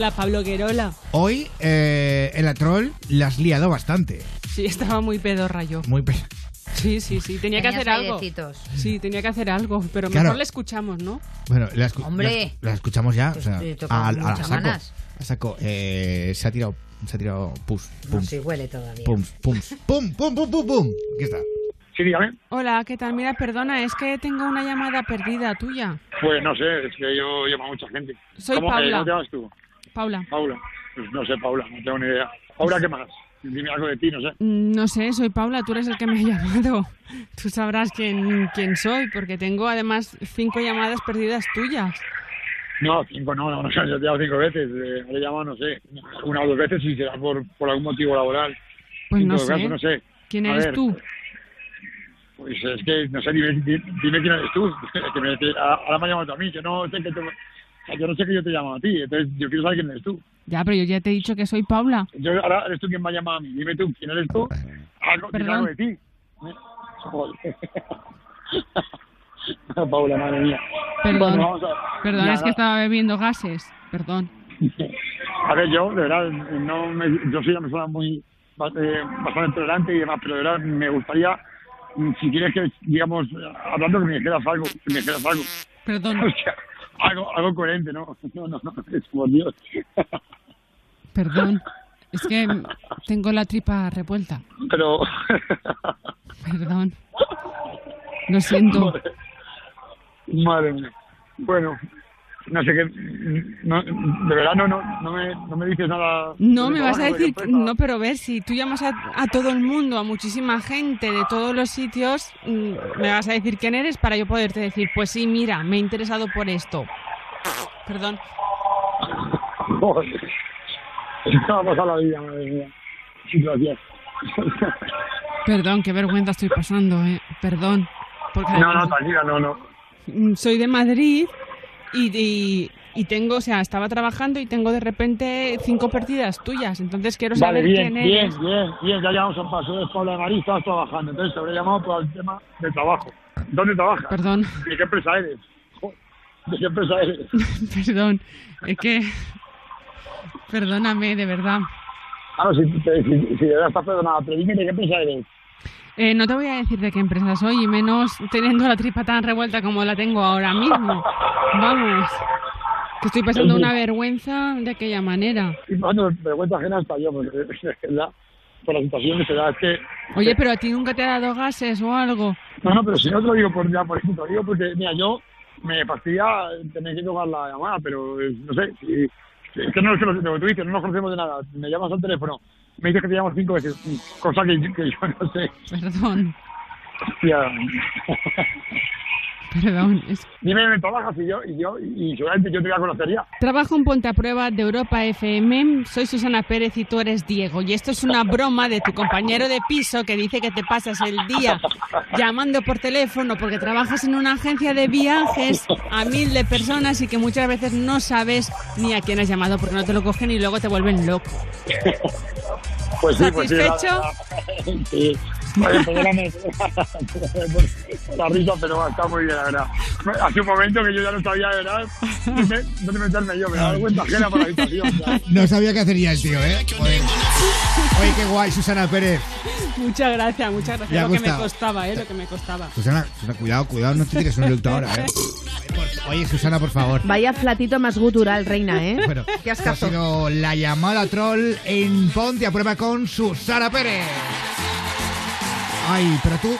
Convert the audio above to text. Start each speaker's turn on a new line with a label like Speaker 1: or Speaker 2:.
Speaker 1: La Pablo Querola.
Speaker 2: Hoy eh, el atrol la has liado bastante.
Speaker 1: Sí, estaba muy pedorra yo.
Speaker 2: Muy pe-
Speaker 1: Sí, sí, sí. Tenía que
Speaker 3: Tenías
Speaker 1: hacer algo.
Speaker 3: airecitos.
Speaker 1: Sí, tenía que hacer algo, pero
Speaker 2: Claro.
Speaker 1: mejor le escuchamos, ¿no?
Speaker 2: Bueno, la, escu-
Speaker 3: Hombre.
Speaker 2: la- la escuchamos ya. O sea,
Speaker 3: Pues te toca
Speaker 2: a, a la
Speaker 3: muchas
Speaker 2: saco.
Speaker 3: ganas.
Speaker 2: A saco. Eh, se ha tirado. Se ha tirado. Pus.
Speaker 3: No
Speaker 2: Pum.
Speaker 3: se huele todavía.
Speaker 2: Pum. Pum. Pum. Pum. Pum. Pum. Pum. Aquí está.
Speaker 4: Sí, dígame.
Speaker 1: Hola, ¿qué tal? Mira, perdona, es que tengo una llamada perdida tuya.
Speaker 4: Pues no sé, es que yo llamo a mucha gente.
Speaker 1: Soy
Speaker 4: ¿Cómo, eh,
Speaker 1: Paula.
Speaker 4: ¿Cómo te llamas tú?
Speaker 1: Paula.
Speaker 4: Paula. Pues no sé, Paula, no tengo ni idea. Paula, ¿qué más? Dime algo de ti, no sé.
Speaker 1: Mm, No sé, soy Paula, tú eres el que me ha llamado. Tú sabrás quién, quién soy, porque tengo además cinco llamadas perdidas tuyas.
Speaker 4: No, cinco no, no, no, yo te he llamado cinco veces. eh, le he llamado, no sé, una o dos veces y será por, por algún motivo laboral.
Speaker 1: Pues
Speaker 4: En
Speaker 1: no
Speaker 4: todo
Speaker 1: sé.
Speaker 4: caso, no sé.
Speaker 1: ¿Quién
Speaker 4: A
Speaker 1: eres
Speaker 4: ver.
Speaker 1: tú?
Speaker 4: Pues es que, no sé, dime, di- dime quién eres tú. que me, que a- ahora me ha llamado tú a mí, yo no sé que te... o sea, Yo no sé que yo te llamo a ti, entonces yo quiero saber quién eres tú.
Speaker 1: Ya, pero yo ya te he dicho que soy Paula.
Speaker 4: Yo, ahora eres tú quien me ha llamado a mí. Dime tú, ¿quién eres tú? Algo, dime
Speaker 1: Perdón.
Speaker 4: algo de ti. ¿Eh? Joder. No, Paula, madre mía.
Speaker 1: Perdón.
Speaker 4: Bueno, vamos a...
Speaker 1: Perdón, es
Speaker 4: nada.
Speaker 1: que estaba bebiendo gases. Perdón.
Speaker 4: A ver, yo, de verdad, no me, yo soy una persona muy ba- eh, bastante tolerante y demás, pero de verdad me gustaría, mm, si quieres que, digamos, hablando, que me dijeras algo, que me dijeras algo.
Speaker 1: Perdón.
Speaker 4: O sea, algo, algo coherente, ¿no? No, no, no, es por Dios.
Speaker 1: Perdón. Es que tengo la tripa revuelta.
Speaker 4: Pero...
Speaker 1: Perdón. Lo siento.
Speaker 4: Madre- Madre mía. Bueno, no sé qué. No, de verdad, no, no, no, me, no me dices nada.
Speaker 1: No,
Speaker 4: de
Speaker 1: me
Speaker 4: tu
Speaker 1: vas a
Speaker 4: trabajo, de
Speaker 1: decir,
Speaker 4: tu empresa.
Speaker 1: no, pero ver, si tú llamas a, a todo el mundo, a muchísima gente de todos los sitios, mm, me vas a decir quién eres para yo poderte decir, pues sí, mira, me he interesado por esto. Perdón.
Speaker 4: Joder. Se me ha pasado la vida, madre mía. Situación.
Speaker 1: Perdón, qué vergüenza estoy pasando, eh. Perdón. Porque
Speaker 4: No, no,
Speaker 1: además-
Speaker 4: tranquila, no, no.
Speaker 1: Mm, soy de Madrid y, y- y tengo, o sea, estaba trabajando y tengo de repente cinco partidas tuyas. Entonces quiero
Speaker 4: Vale,
Speaker 1: saber
Speaker 4: bien,
Speaker 1: quién
Speaker 4: bien,
Speaker 1: eres.
Speaker 4: bien, bien. Ya llevamos a un paso de Paula de Marí, estabas trabajando. Entonces te habré llamado por el tema de trabajo. ¿Dónde trabajas?
Speaker 1: Perdón,
Speaker 4: ¿De qué empresa eres? Joder, ¿De qué empresa eres?
Speaker 1: perdón. Es que. Perdóname, de verdad.
Speaker 4: Ah, no, si, te- si, si de verdad estás perdonada, pero dime de qué empresa eres.
Speaker 1: Eh, no te voy a decir de qué empresa soy, y menos teniendo la tripa tan revuelta como la tengo ahora mismo. Vamos. Que estoy pasando una vergüenza de aquella manera.
Speaker 4: Y bueno, vergüenza ajena hasta yo, porque la, por la situación que se da es que...
Speaker 1: Oye, pero a ti nunca te ha dado gases o algo.
Speaker 4: No, no, pero si no te lo digo por, ya por eso, te lo digo porque, mira, yo me fastidia tener que tocar la llamada, pero eh, no sé, si, es que no es que lo, lo que tú dices, no nos conocemos de nada, me llamas al teléfono, me dices que te llamo cinco veces, cosa que, yo- que yo no sé,
Speaker 1: Perdón,
Speaker 4: hostia.
Speaker 1: perdón. Es
Speaker 4: Dime dónde trabajas y yo, y yo, y seguramente yo te voy a conocer ya.
Speaker 1: Trabajo en Ponte a Prueba de Europa FM. Soy Susana Pérez y tú eres Diego. Y esto es una broma de tu compañero de piso que dice que te pasas el día llamando por teléfono porque trabajas en una agencia de viajes a mil de personas y que muchas veces no sabes ni a quién has llamado porque no te lo cogen y luego te vuelven loco.
Speaker 4: Pues sí, pues sí. la-
Speaker 1: ¿Satisfecho?
Speaker 4: la- Sí. Oye, perdóname por la risa, pero está muy bien, la verdad. Hace un momento que yo ya no sabía, de verdad, dónde- dónde meterme yo, me da vergüenza ajena por la habitación. ya.
Speaker 2: No sabía qué hacer ya el tío, ¿eh? Joder. Oye, qué guay, Susana Pérez.
Speaker 1: Muchas gracias, muchas
Speaker 2: Me ha
Speaker 1: gracias. Lo que me
Speaker 2: gustado.
Speaker 1: costaba, ¿eh? Lo que me costaba.
Speaker 2: Susana, Susana, cuidado, cuidado, no te tires un eructo ahora, ¿eh? Oye, Susana, por favor.
Speaker 3: Vaya platito más gutural, reina, ¿eh?
Speaker 2: Bueno,
Speaker 3: Qué
Speaker 2: ha
Speaker 3: ascazo.
Speaker 2: sido la llamada troll en Ponte a prueba con Susana Pérez. Ay, pero tú,